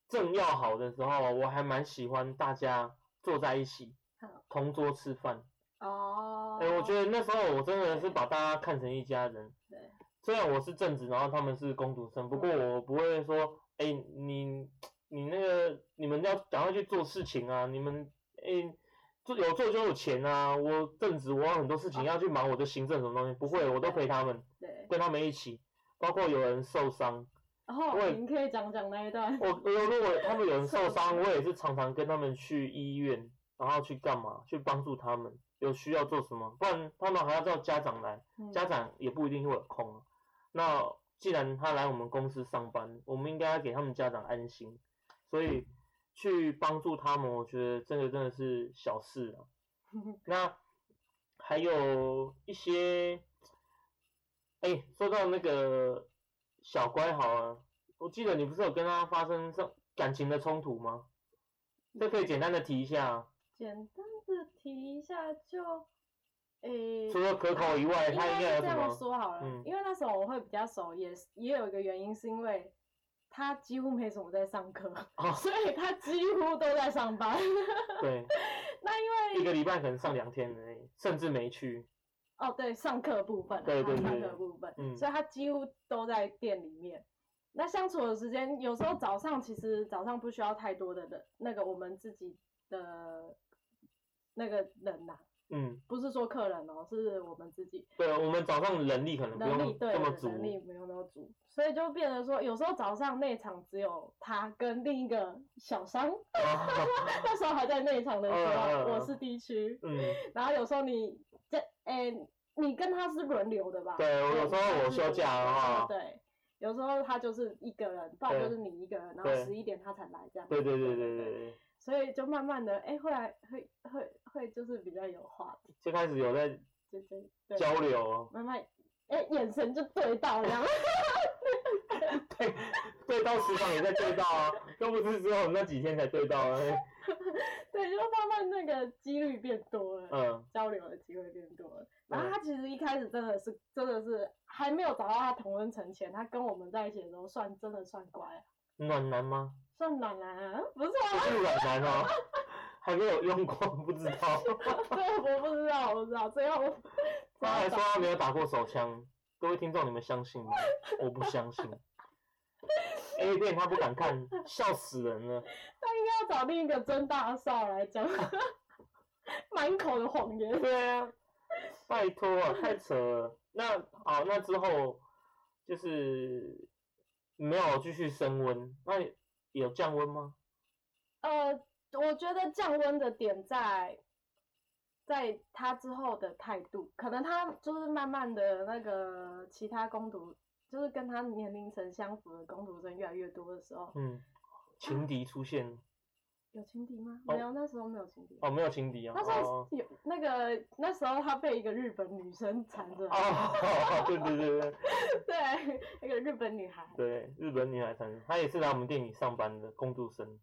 Speaker 1: 正要好的时候，我还蛮喜欢大家坐在一起
Speaker 2: 好，
Speaker 1: 同桌吃饭。
Speaker 2: 哦，
Speaker 1: 诶、哎我觉得那时候我真的是把大家看成一家人。
Speaker 2: 对
Speaker 1: 虽然我是正职，然后他们是工读生，不过我不会说，哎、你你那个你们要赶快去做事情啊，你们哎、做有做就有钱啊，我正职我有很多事情要去忙我的行政什么东西，不会，我都陪他们，
Speaker 2: 对，
Speaker 1: 跟他们一起，包括有人受伤，
Speaker 2: 然后
Speaker 1: 我也
Speaker 2: 您可以讲讲那一段
Speaker 1: 我我如果他们有人受
Speaker 2: 受伤
Speaker 1: 伤，我也是常常跟他们去医院，然后去干嘛，去帮助他们，有需要做什么，不然他们还要叫家长来。
Speaker 2: 嗯
Speaker 1: 家长也不一定会有空啊。那既然他来我们公司上班，我们应该要给他们家长安心，所以去帮助他们，我觉得这个真的是小事啊。那还有一些，哎、说到那个小乖好啊，我记得你不是有跟他发生上感情的冲突吗？这可以简单的提一下啊，
Speaker 2: 简单的提一下就，诶、
Speaker 1: 除了可口以外，
Speaker 2: 应
Speaker 1: 他应
Speaker 2: 该
Speaker 1: 该有
Speaker 2: 是
Speaker 1: 什
Speaker 2: 这样
Speaker 1: 么？
Speaker 2: 说好了，
Speaker 1: 嗯
Speaker 2: 因为那时候我会比较熟，也是也有一个原因是因为他几乎没什么在上课，
Speaker 1: 哦，
Speaker 2: 所以他几乎都在 上班。
Speaker 1: 对，
Speaker 2: 那
Speaker 1: 一
Speaker 2: 因为
Speaker 1: 个礼拜可能上两天而已，甚至没去。
Speaker 2: 哦，对，上课部分啊，
Speaker 1: 对对
Speaker 2: 他上
Speaker 1: 对
Speaker 2: 课部分，
Speaker 1: 嗯
Speaker 2: 所以他几乎都在店里面。那相处的时间，有时候早上其实早上不需要太多的人，那个我们自己的那个人呐、
Speaker 1: 嗯，
Speaker 2: 不是说客人哦，是我们自己
Speaker 1: 对，我们早上人力可能不
Speaker 2: 能力
Speaker 1: 用
Speaker 2: 对
Speaker 1: 这么足，
Speaker 2: 能力没有那么足，所以就变得说，有时候早上内场只有他跟另一个小商，
Speaker 1: 啊
Speaker 2: 那时候还在内场的时候，
Speaker 1: 嗯嗯嗯
Speaker 2: 我是地区，
Speaker 1: 嗯，
Speaker 2: 然后有时候你这哎、你跟他是轮流的吧？
Speaker 1: 对我有时候我休假的话
Speaker 2: 对，有时候他就是一个人，不然
Speaker 1: 对
Speaker 2: 就是你一个人，然后
Speaker 1: 对
Speaker 2: 十一点他才来这样。
Speaker 1: 对对对对对对，
Speaker 2: 所以就慢慢的，哎、后来会会会就是比较有话题，
Speaker 1: 最开始有在
Speaker 2: 就就对，
Speaker 1: 交流，哦
Speaker 2: 慢慢哎、眼神就对到了这样。
Speaker 1: 对， 对到时常也在对到啊，又不是只有那几天才对到哦而已。
Speaker 2: 对，就慢慢那个几率变多了，
Speaker 1: 嗯，
Speaker 2: 交流的机会变多了。
Speaker 1: 嗯
Speaker 2: 然后他其实一开始真的是，真的是还没有找到他同温层前，他跟我们在一起的时候算真的算乖、啊，
Speaker 1: 暖男吗？
Speaker 2: 算暖男、啊，不是
Speaker 1: 不
Speaker 2: 啊，
Speaker 1: 是软男哦， 还没有用过，不知 道。
Speaker 2: 对，我不知道，我不知道，最后
Speaker 1: 他还说他没有打过手枪，各位听众你们相信吗？我不相信。A 片他不敢看，笑死人了。
Speaker 2: 他应该要找另一个真大少来讲， 满口的谎言。
Speaker 1: 对啊，拜托啊，太扯了。那好，那之后就是没有继续升温，那有降温吗？
Speaker 2: 呃，我觉得降温的点在，在他之后的态度，可能他就是慢慢的那个其他攻读，就是跟他年龄层相符的攻读生越来越多的时候，
Speaker 1: 嗯，情敌出现了
Speaker 2: 有情敌吗？
Speaker 1: 哦
Speaker 2: 没有，那时候没有情敌。
Speaker 1: 哦，没有情敌啊。
Speaker 2: 那时
Speaker 1: 哦
Speaker 2: 候有那个那时候他被一个日本女生缠着
Speaker 1: 哦，，哦对对对对
Speaker 2: 对，那个日本女孩，
Speaker 1: 对，日本女孩团，她也是来我们店里上班的工读生，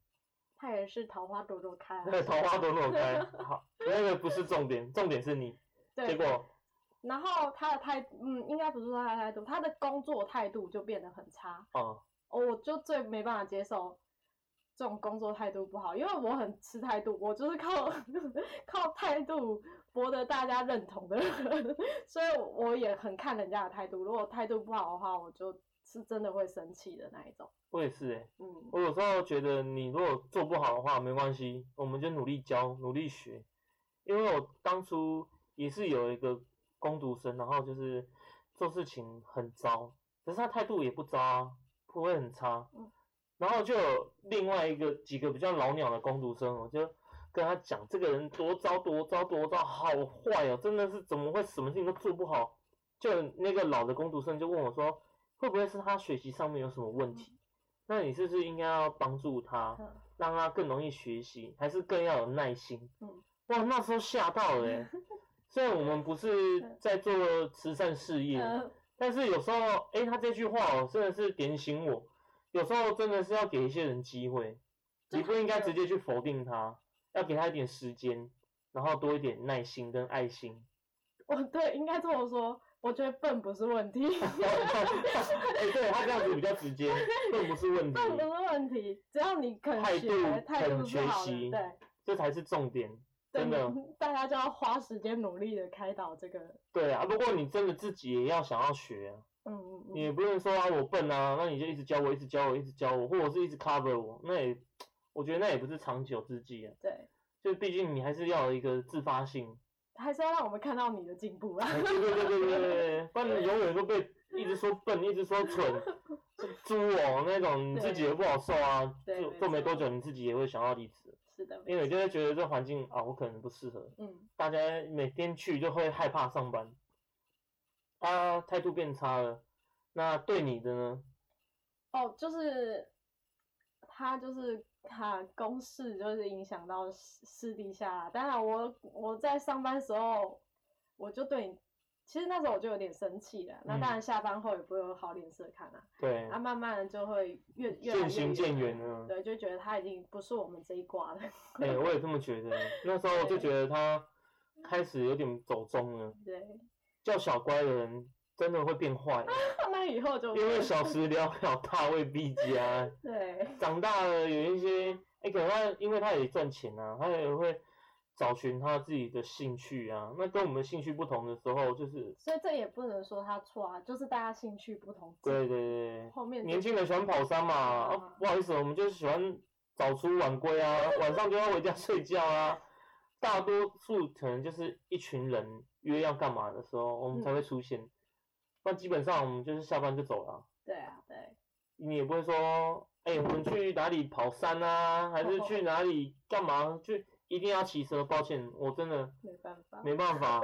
Speaker 2: 她也是桃花朵朵开啊，
Speaker 1: 对，桃花朵朵开。好，那个不是重点，重点是你。
Speaker 2: 对
Speaker 1: 结果，
Speaker 2: 然后他的态，嗯，应该不是说他的态度，他的工作态度就变得很差。
Speaker 1: 哦，
Speaker 2: 哦，我就最没办法接受这种工作态度不好，因为我很吃态度，我就是靠 靠态度博得大家认同的人，所以我也很看人家的态度。如果态度不好的话，我就是真的会生气的那一种。
Speaker 1: 我也是哎、
Speaker 2: 嗯，
Speaker 1: 我有时候觉得你如果做不好的话没关系，我们就努力教，努力学。因为我当初也是有一个工读生，然后就是做事情很糟，可是他态度也不糟啊，不会很差
Speaker 2: 嗯。
Speaker 1: 然后就有另外一个几个比较老鸟的工读生，我就跟他讲这个人多糟多糟多糟，好坏哦，真的是怎么会什么事情都做不好？就那个老的工读生就问我说，会不会是他学习上面有什么问题？那你是不是应该要帮助他，
Speaker 2: 嗯
Speaker 1: 让他更容易学习，还是更要有耐心？
Speaker 2: 嗯
Speaker 1: 哇，那时候吓到了、 欸。虽然我们不是
Speaker 2: 嗯
Speaker 1: 在做慈善事业，
Speaker 2: 呃，
Speaker 1: 但是有时候，哎、他这句话哦，真的是点醒我，有时候真的是要给一些人机 会，
Speaker 2: 对
Speaker 1: 你
Speaker 2: 啊
Speaker 1: 不应该直接去否定他，要给他一点时间，然后多一点耐心跟爱心。
Speaker 2: 我对应该这么说，我觉得笨不是问 题，
Speaker 1: 哎、对他这样子比较直 接，并不是问题，
Speaker 2: 笨不是问题，只要你肯
Speaker 1: 态
Speaker 2: 学，
Speaker 1: 度
Speaker 2: 态度
Speaker 1: 肯
Speaker 2: 是
Speaker 1: 学
Speaker 2: 好的，
Speaker 1: 习
Speaker 2: 对。
Speaker 1: 这才是重点。
Speaker 2: 对
Speaker 1: 真的，
Speaker 2: 大家就要花时间努力的开导这个，
Speaker 1: 对啊，如果你真的自己也要想要学啊、
Speaker 2: 嗯嗯
Speaker 1: 你
Speaker 2: 嗯，
Speaker 1: 也不能说啊我笨啊，那你就一直教我，一直教我，一直教我，或者是一直 cover 我，那也，我觉得那也不是长久之计啊。
Speaker 2: 对，
Speaker 1: 就毕竟你还是要有一个自发 性，
Speaker 2: 还是要让我们看到你的进步啊。
Speaker 1: 哎对对对对对对对，不然你永远都被一直说笨，一直说蠢，是猪哦那种，你自己也不好受啊。
Speaker 2: 对
Speaker 1: 做
Speaker 2: 没
Speaker 1: 做没
Speaker 2: 错
Speaker 1: 多久，你自己也会想要离职，
Speaker 2: 是的，
Speaker 1: 因为你就会觉得这环境啊，我可能不适合。
Speaker 2: 嗯，
Speaker 1: 大家每天去就会害怕上班，啊，态度变差了。那对你的呢？
Speaker 2: 哦，就是他就是他公事就是影响到私私底下啦。当然我，我在上班时候，我就对你，其实那时候我就有点生气了。那
Speaker 1: 嗯
Speaker 2: 当然，下班后也不会有好脸色看啊。
Speaker 1: 对，
Speaker 2: 啊，慢慢的就会越越来
Speaker 1: 哦渐行
Speaker 2: 越
Speaker 1: 渐远啊
Speaker 2: 了
Speaker 1: 了。
Speaker 2: 对，就觉得他已经不是我们这一挂了。
Speaker 1: 哎、我也这么觉得。那时候就觉得他开始有点走中了，
Speaker 2: 对。
Speaker 1: 叫小乖的人真的会变坏，
Speaker 2: 那以后就
Speaker 1: 因为小时了了，大未必佳。
Speaker 2: 对
Speaker 1: 长大了有一些，哎、可能他因为他也赚钱啊，他也会找寻他自己的兴趣啊。那跟我们兴趣不同的时候，就是
Speaker 2: 所以这也不能说他错啊，就是大家兴趣不同。
Speaker 1: 对对对。
Speaker 2: 后面
Speaker 1: 年轻人喜欢跑山嘛，
Speaker 2: 啊
Speaker 1: 啊不好意思，我们就是喜欢早出晚归啊， 晚上就要回家睡觉啊。大多数可能就是一群人约要干嘛的时候，我们才会出现。那、基本上我们就是下班就走了，
Speaker 2: 对啊，对，
Speaker 1: 你也不会说，哎、我们去哪里跑山啊，还是去哪里干嘛？就一定要骑车？抱歉，我真的
Speaker 2: 没办法。
Speaker 1: 没办法，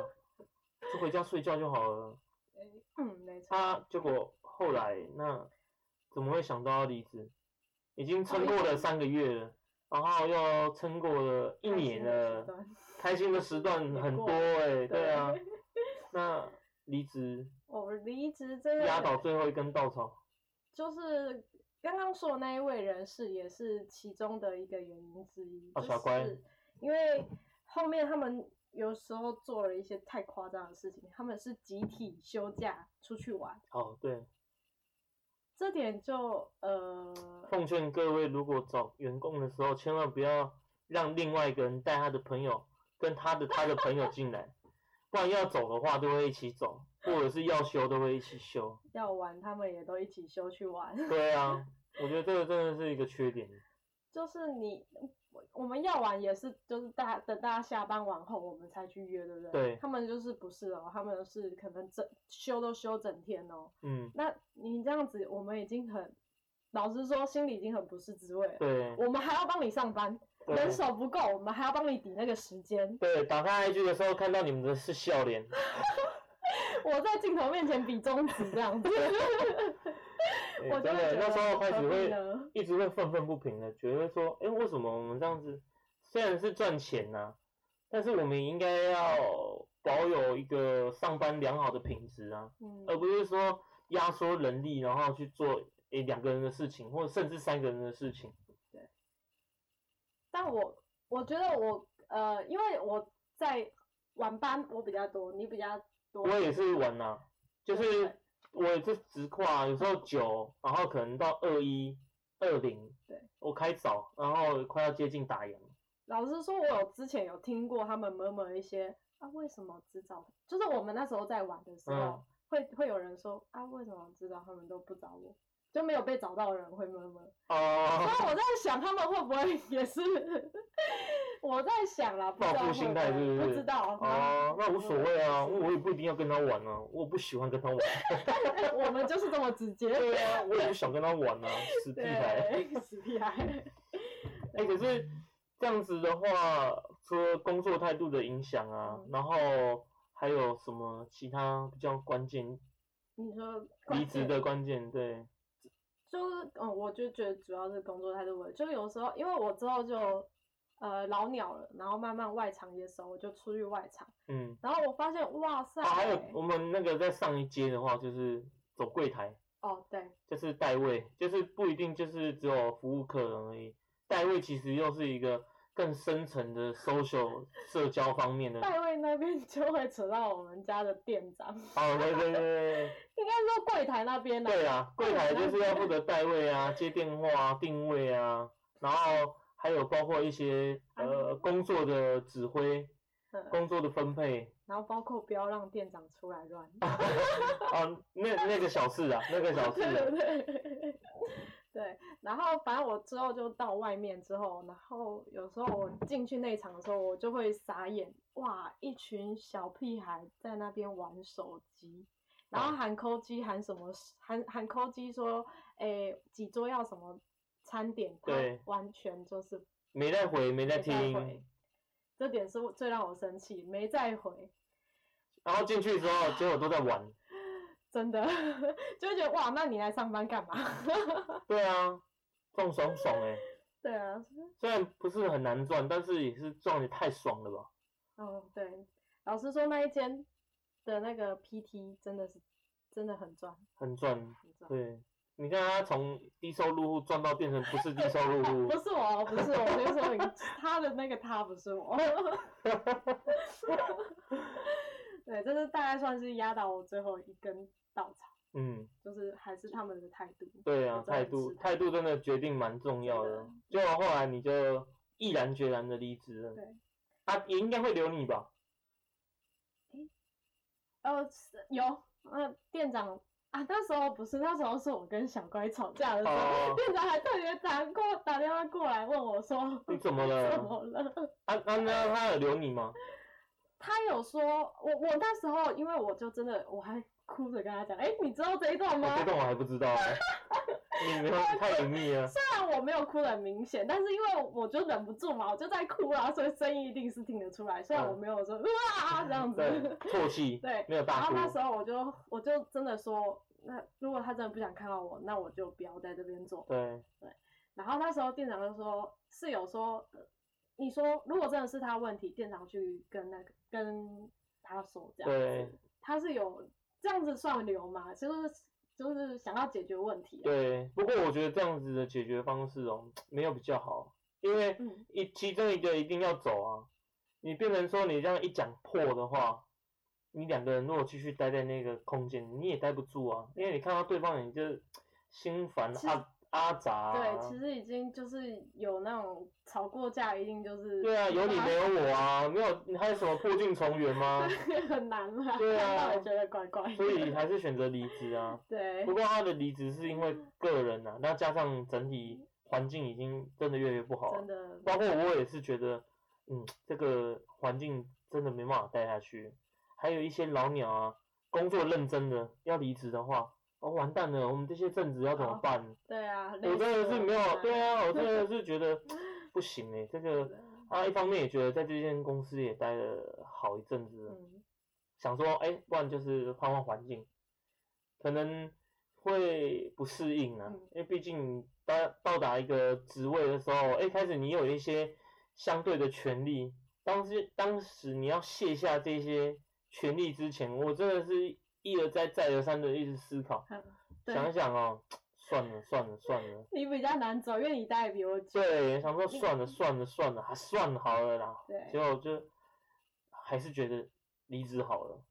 Speaker 1: 就回家睡觉就好了。
Speaker 2: 嗯，没错。
Speaker 1: 他结果后来那怎么会想到要离职？已经撑过了三个月了，然后又撑过了一
Speaker 2: 开
Speaker 1: 年
Speaker 2: 心的时
Speaker 1: 了，
Speaker 2: 段
Speaker 1: 开心的时段
Speaker 2: 也
Speaker 1: 很
Speaker 2: 过。
Speaker 1: 多哎、对啊 那离职
Speaker 2: 哦我离职真的
Speaker 1: 压倒最后一根稻草，
Speaker 2: 就是刚刚说的那一位人士也是其中的一个原因之一，
Speaker 1: 哦
Speaker 2: 就
Speaker 1: 小乖
Speaker 2: 是因为后面他们有时候做了一些太夸张的事情，他们是集体休假出去玩，
Speaker 1: 哦，对，
Speaker 2: 这点就呃，
Speaker 1: 奉劝各位，如果找员工的时候，千万不要让另外一个人带他的朋友跟他的他的朋友进来，不然要走的话都会一起走，或者是要休都会一起休。
Speaker 2: 要玩他们也都一起休去玩，
Speaker 1: 对啊，我觉得这个真的是一个缺点。
Speaker 2: 就是你。我我们要玩也是，就是大等大家下班完后，我们才去约，对不对？
Speaker 1: 对
Speaker 2: 他们就是不是哦，他们是可能整休都休整天哦，
Speaker 1: 嗯，
Speaker 2: 那你这样子，我们已经很，老实说，心里已经很不是滋味了。
Speaker 1: 对。
Speaker 2: 我们还要帮你上班，
Speaker 1: 对
Speaker 2: 人手不够，我们还要帮你抵那个时间。
Speaker 1: 对，打开 IG 的时候看到你们的是笑 脸，
Speaker 2: 我在镜头面前比中指这样子，
Speaker 1: 哎
Speaker 2: 我就
Speaker 1: 真
Speaker 2: 会
Speaker 1: 的
Speaker 2: 觉得
Speaker 1: 那时候开始
Speaker 2: 何必
Speaker 1: 会
Speaker 2: 呢
Speaker 1: 一直会愤愤不平的，觉得说，哎、为什么我们这样子？虽然是赚钱呐、但是我们应该要保有一个上班良好的品质啊，
Speaker 2: 嗯，
Speaker 1: 而不是说压缩人力，然后去做诶两、个人的事情，或者甚至三个人的事情。
Speaker 2: 但我我觉得我呃，因为我在晚班我比较多，你比较多
Speaker 1: 我，也是玩呐、就
Speaker 2: 对
Speaker 1: 是我这直跨，有时候九，然后可能到二一、二零，
Speaker 2: 对，
Speaker 1: 我开早，然后快要接近打烊。
Speaker 2: 老实说，我有之前有听过他们 murmur 一些啊，为什么知道？就是我们那时候在玩的时候，
Speaker 1: 嗯
Speaker 2: 会会有人说啊，为什么知道他们都不找我？就没有被找到的人会 murmur。
Speaker 1: 哦、
Speaker 2: 那我在想，他们会不会也是？ 我在想啦，不知道
Speaker 1: 报复
Speaker 2: 会
Speaker 1: 心
Speaker 2: 不
Speaker 1: 态
Speaker 2: 会
Speaker 1: 是不是
Speaker 2: 不知道
Speaker 1: 哦，那无所谓啊，
Speaker 2: 我
Speaker 1: 我也不一定要跟他玩啊，我不喜欢跟他 玩。
Speaker 2: 我们就是这么直接。
Speaker 1: 对啊，我也不想跟他玩啊，死屁孩。
Speaker 2: 对，死屁孩。
Speaker 1: 哎、可是这样子的话，除了工作态度的影响啊，
Speaker 2: 嗯
Speaker 1: 然后还有什么其他比较关键
Speaker 2: 你说
Speaker 1: 离
Speaker 2: 关
Speaker 1: 职
Speaker 2: 键
Speaker 1: 的关键？对，
Speaker 2: 就是嗯，我就觉得主要是工作态度问题。就有时候，因为我之后就呃老鸟了，然后慢慢外场也熟，我就出去外场，
Speaker 1: 嗯，
Speaker 2: 然后我发现哇塞，
Speaker 1: 啊，还有我们那个在上一阶的话，就是走柜台，
Speaker 2: 哦对，
Speaker 1: 就是代位，就是不一定就是只有服务客人而已，代位其实又是一个更深层的 social 社交方面的。
Speaker 2: 代位那边 就会扯到我们家的店长，应
Speaker 1: 哦，对对对对。
Speaker 2: 该说柜台那边啦，
Speaker 1: 对啊，柜台就是要负责代位啊、接电话啊、定位啊，然后还有包括一些呃工作的指挥、
Speaker 2: 嗯，
Speaker 1: 工作的分配
Speaker 2: 然后包括不要让店长出来乱，
Speaker 1: 啊，那那个小事啊，那个小事
Speaker 2: 对
Speaker 1: 啊、
Speaker 2: 对对。对，然后反正我之后就到外面之后，然后有时候我进去内场的时候，我就会傻眼，哇，一群小屁孩在那边玩手机，然后
Speaker 1: 啊
Speaker 2: 喊抠机喊什么，喊喊抠机说，诶，几桌要什么餐点，他
Speaker 1: 对
Speaker 2: 完全就是
Speaker 1: 没在回，没在
Speaker 2: 没再
Speaker 1: 听
Speaker 2: 回，，这点是我最让我生气，没再回，
Speaker 1: 然后进去之后，结果都在玩。
Speaker 2: 真的 就会觉得哇，那你来上班干嘛？
Speaker 1: 对啊，赚爽爽哎、
Speaker 2: 对啊，
Speaker 1: 虽然不是很难赚，但是也是赚的太爽了吧？
Speaker 2: 哦，对，老师说那一间的那个 PT 真的是真的很赚，
Speaker 1: 很赚。
Speaker 2: 很赚。
Speaker 1: 对，你看他从低收入户赚到变成不是低收入户
Speaker 2: 不，是我哦，不是我，所以说你 他的那个他不是我。 对，这是大概算是压倒我最后一根稻草，
Speaker 1: 嗯。
Speaker 2: 就是还是他们的态度。
Speaker 1: 对啊，
Speaker 2: 我真的
Speaker 1: 态
Speaker 2: 很
Speaker 1: 度
Speaker 2: 吃
Speaker 1: 态度真的决定蛮重要的。就后来你就毅然决然的离职了。
Speaker 2: 对，
Speaker 1: 啊，也应该会留你吧？
Speaker 2: 呃，是有，呃，店长啊，那时候不是，那时候是我跟小乖吵架的时候，
Speaker 1: 哦
Speaker 2: 店长还特别打过打电话过来问我说，
Speaker 1: 你怎么了
Speaker 2: 怎么了？
Speaker 1: 啊啊，那他有留你吗？
Speaker 2: 他有说，我我那时候因为我就真的我还哭着跟他讲，哎、你知道这一段
Speaker 1: 我
Speaker 2: 吗
Speaker 1: 这？段我还不知道 啊，你没有太隐秘了。
Speaker 2: 虽然我没有哭得很明显，但是因为我就忍不住嘛，我就在哭啊，所以声音一定是听得出来。虽然
Speaker 1: 嗯
Speaker 2: 我没有说哇这样
Speaker 1: 对
Speaker 2: 子，，
Speaker 1: 唾弃，
Speaker 2: 对
Speaker 1: 没有
Speaker 2: 然
Speaker 1: 大
Speaker 2: 后
Speaker 1: 哭。
Speaker 2: 那时候我就我就真的说，那如果他真的不想看到我，那我就不要在这边做。
Speaker 1: 对，
Speaker 2: 然后那时候店长就说，室友说，呃你说如果真的是他问题，店长去跟那个跟他说这样子
Speaker 1: 对
Speaker 2: 他是有这样子算留吗？就是就是想要解决问题、啊。
Speaker 1: 对，不过我觉得这样子的解决方式哦，没有比较好，因为
Speaker 2: 嗯，
Speaker 1: 一其中一个一定要走啊。你变成说你这样一讲破的话，你两个人如果继续待在那个空间，你也待不住啊，因为你看到对方，你就心烦
Speaker 2: 其实
Speaker 1: 阿阿杂、啊。
Speaker 2: 对，其实已经就是有那种吵过架，一定就是
Speaker 1: 对啊，有你没有我啊，没有你还有什么破镜重圆 吗？
Speaker 2: 很难啦，
Speaker 1: 对啊
Speaker 2: 看到也觉得怪怪的。
Speaker 1: 所以还是选择离职 啊。
Speaker 2: 对
Speaker 1: 不过他的离职是因为个人啊，那加上整体环境已经真的越来越不好
Speaker 2: 真
Speaker 1: 了。
Speaker 2: 的
Speaker 1: 包括我也是觉得，嗯，这个环境真的没办法待下去。还有一些老鸟啊，工作认真的要离职的话，哦，完蛋了，我们这些正职要怎么
Speaker 2: 哦
Speaker 1: 办？
Speaker 2: 对啊，
Speaker 1: 我真的是没有，对
Speaker 2: 啊，
Speaker 1: 啊，我真的是觉得不行哎、这个啊，一方面也觉得在这间公司也待了好一阵子了，
Speaker 2: 嗯，
Speaker 1: 想说，哎、不然就是换换环境，可能会不适应啊，
Speaker 2: 嗯
Speaker 1: 因为毕竟到到达一个职位的时候，哎、开始你有一些相对的权利，当时当时你要卸下这些权利之前，我真的是一而再再而三的一直思考，
Speaker 2: 对
Speaker 1: 想一想哦，算了算了算了，
Speaker 2: 你比较难走，因为你待比我久。
Speaker 1: 对，想说算了算了算了，还算了好了啦，
Speaker 2: 对
Speaker 1: 结果就还是觉得离职好了。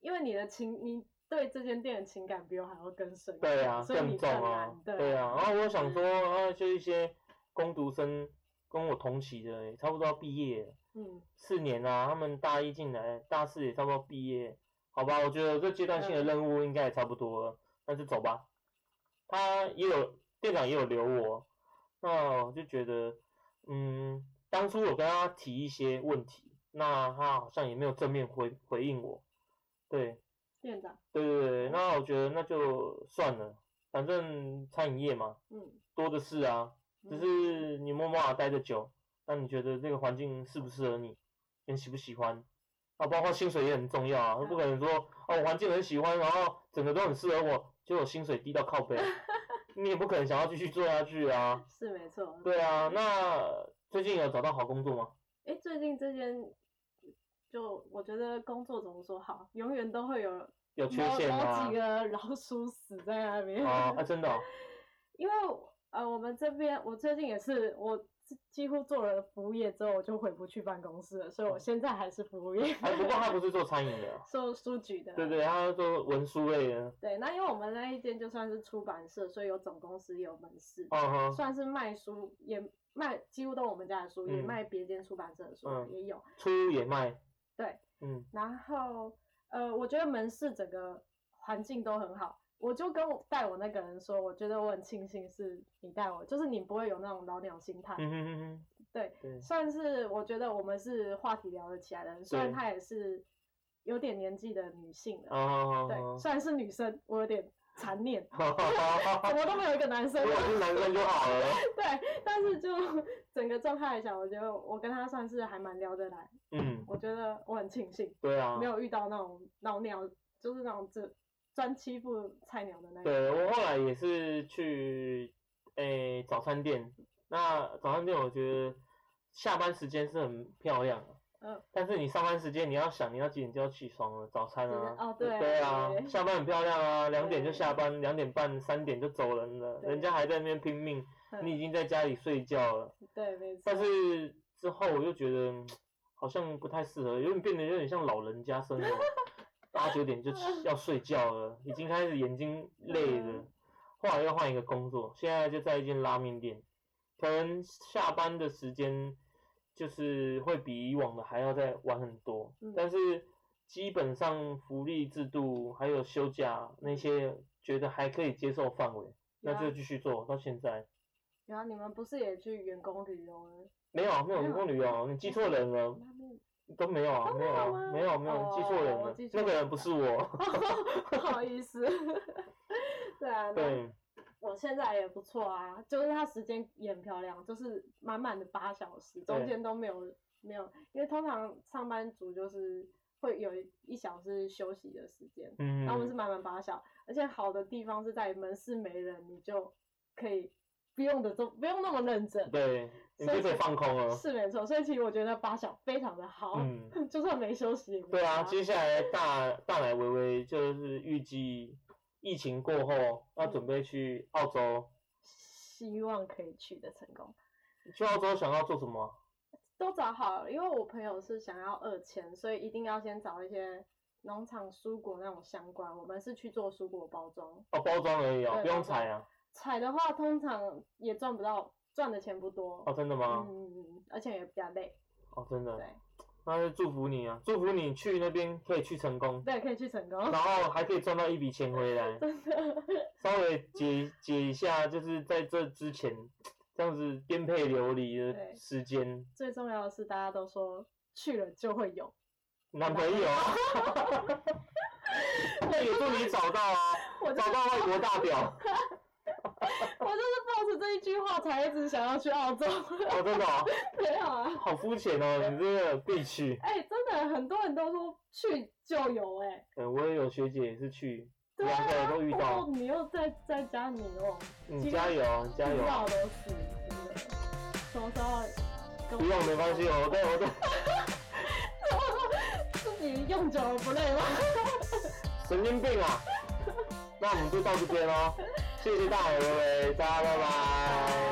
Speaker 2: 因为你的情，你对这间店的情感比我还要更深。
Speaker 1: 对啊，
Speaker 2: 所以
Speaker 1: 更
Speaker 2: 你
Speaker 1: 重啊
Speaker 2: 难，
Speaker 1: 对
Speaker 2: 啊，
Speaker 1: 啊。然后我想说，啊，就一些工读生跟我同期的，也差不多要毕业了
Speaker 2: 嗯，
Speaker 1: 四年啊，他们大一进来，大四也差不多毕业，好吧？我觉得这阶段性的任务应该也差不多了，那就走吧。他也有店长也有留我，那我就觉得，嗯，当初我跟他提一些问题，那他好像也没有正面回回应我，对，
Speaker 2: 店长，
Speaker 1: 对对对，那我觉得那就算了，反正餐饮业嘛，
Speaker 2: 嗯，
Speaker 1: 多的是啊，只是你摸摸啊待的久，那你觉得这个环境适不适合你，你喜不喜欢？啊，包括薪水也很重要啊，不可能说哦，我环境很喜欢，然后整个都很适合我，结果薪水低到靠 背，你也不可能想要继续做下去啊。
Speaker 2: 是没错。
Speaker 1: 对啊，那最近有找到好工作吗？
Speaker 2: 哎，最近这间，就我觉得工作怎么说好，永远都会有
Speaker 1: 有缺陷
Speaker 2: 某
Speaker 1: 吗
Speaker 2: 几？个老鼠死在那边。
Speaker 1: 啊，啊，真的哦、
Speaker 2: 因为呃，我们这边我最近也是我。几乎做了服务业之后，我就回不去办公室了，所以
Speaker 1: 哦
Speaker 2: 我现在还是服务业，
Speaker 1: 哎，不过他不是做餐饮的啊，
Speaker 2: 做书局的。
Speaker 1: 对对，他是做文书类的。
Speaker 2: 对，那因为我们那一间就算是出版社，所以有总公司也有门市，
Speaker 1: 嗯哼，
Speaker 2: 算是卖书也卖，几乎都我们家的书，也
Speaker 1: 嗯
Speaker 2: 卖别间出版社的书、
Speaker 1: 嗯
Speaker 2: 也有。
Speaker 1: 出也卖。
Speaker 2: 对，
Speaker 1: 嗯，
Speaker 2: 然后呃，我觉得门市整个环境都很好。我就跟我带我那个人说，我觉得我很庆幸是你带我，就是你不会有那种老鸟心态。
Speaker 1: 嗯哼哼哼，
Speaker 2: 对，
Speaker 1: 对，
Speaker 2: 算是我觉得我们是话题聊得起来的人，虽然
Speaker 1: 对
Speaker 2: 她也是有点年纪的女性了，
Speaker 1: 啊，
Speaker 2: 对，虽然是女生，我有点残念，
Speaker 1: 哈哈哈！
Speaker 2: 怎么都没有一个男生
Speaker 1: 如。果是男生就好了。
Speaker 2: 对，但是就整个状态来讲，我觉得我跟他算是还蛮聊得来，
Speaker 1: 嗯，
Speaker 2: 我觉得我很庆幸
Speaker 1: 对啊
Speaker 2: 没。有遇到那种老鸟，就是那种只专欺负菜鸟的那种。
Speaker 1: 对我后来也是去诶、早餐店，那早餐店我觉得下班时间是很漂亮的。
Speaker 2: 嗯，
Speaker 1: 但是你上班时间你要想你要几点就要起床了，早餐啊，
Speaker 2: 就是哦对
Speaker 1: 啊，
Speaker 2: 对
Speaker 1: 下班很漂亮啊，两点就
Speaker 2: 对
Speaker 1: 下班，两点半三点就走人了，
Speaker 2: 对
Speaker 1: 人家还在那边拼命，
Speaker 2: 嗯
Speaker 1: 你已经在家里睡觉了。
Speaker 2: 对，没错。
Speaker 1: 但是之后我就觉得嗯好像不太适合，有点变得有点像老人家生活，八九点就 起要睡觉了，已经开始眼睛累了
Speaker 2: 嗯。
Speaker 1: 后来又换一个工作，现在就在一间拉面店，可能下班的时间就是会比以往的还要再晚很多，
Speaker 2: 嗯
Speaker 1: 但是基本上福利制度还有休假那些，觉得还可以接受范围，那
Speaker 2: 有啊
Speaker 1: 就继续做到现在。
Speaker 2: 然后你们不是也去员工旅游了？
Speaker 1: 没有没有员
Speaker 2: 没有
Speaker 1: 工旅游，你记错人了。
Speaker 2: 那边
Speaker 1: 都没有啊，
Speaker 2: 都
Speaker 1: 没有
Speaker 2: 没有
Speaker 1: 啊，
Speaker 2: 吗
Speaker 1: 没有没有，你记错人
Speaker 2: 哦我
Speaker 1: 了
Speaker 2: 记，错
Speaker 1: 那个
Speaker 2: 人
Speaker 1: 人
Speaker 2: 了
Speaker 1: 不是我。
Speaker 2: 不好意思。 对啊，那
Speaker 1: 对，
Speaker 2: 我现在也不错啊，就是它时间也很漂亮，就是满满的八小时，中
Speaker 1: 对
Speaker 2: 间都没有没有，因为通常上班族就是会有一小时休息的时间，
Speaker 1: 嗯
Speaker 2: 然后我们是满满八小，而且好的地方是在门市没人，你就可以不用的都不用那么认真，
Speaker 1: 对，你
Speaker 2: 所
Speaker 1: 就
Speaker 2: 以
Speaker 1: 可以
Speaker 2: 是
Speaker 1: 放空了。
Speaker 2: 是哦没错，所以其实我觉得八小非常的好，
Speaker 1: 嗯，
Speaker 2: 就算没休息也没
Speaker 1: 对啊，
Speaker 2: 差
Speaker 1: 接下来大大奶微微就是预计疫情过后要
Speaker 2: 嗯
Speaker 1: 准备去澳洲，
Speaker 2: 希望可以去的成功。
Speaker 1: 去澳洲想要做什么啊？
Speaker 2: 都找好了，因为我朋友是想要二签，所以一定要先找一些农场蔬果那种相关。我们是去做蔬果包装，
Speaker 1: 哦，包装而已哦，
Speaker 2: 对
Speaker 1: 不用采啊。
Speaker 2: 采的话通常也赚不到，赚的钱不多。
Speaker 1: 哦，真的吗？
Speaker 2: 嗯，而且也比较累。
Speaker 1: 哦，真的。
Speaker 2: 对
Speaker 1: 那就祝福你啊，祝福你去那边可以去成功，
Speaker 2: 对，可以去成 功，
Speaker 1: 然后还可以赚到一笔钱回来，
Speaker 2: 真的。
Speaker 1: 稍微解解一下，就是在这之前这样子颠沛流离的
Speaker 2: 对
Speaker 1: 时间，
Speaker 2: 最重要的是，大家都说去了就会有。
Speaker 1: 男朋友啊，那 也祝你找到 啊，
Speaker 2: 我就
Speaker 1: 找到外国大 哦表，
Speaker 2: 我就是抱着这一句话才一直想要去澳洲。
Speaker 1: 哦，真的哦、
Speaker 2: 没有啊，
Speaker 1: 好肤浅哦，你这个必去。
Speaker 2: 哎、真的很多人都说去就有、哎。
Speaker 1: 嗯，我也有学姐也是去，
Speaker 2: 对
Speaker 1: 两个
Speaker 2: 啊，
Speaker 1: 都遇
Speaker 2: 然
Speaker 1: 到
Speaker 2: 后，你又在在家你哦，
Speaker 1: 嗯，加油加油
Speaker 2: 遇，到都是真的，什么时候跟我
Speaker 1: 不用没关系，哦，我在我在。
Speaker 2: 自己用久了不累吗？
Speaker 1: 神经病啊！那我们就到这边喽，谢谢大家，各位大家拜拜。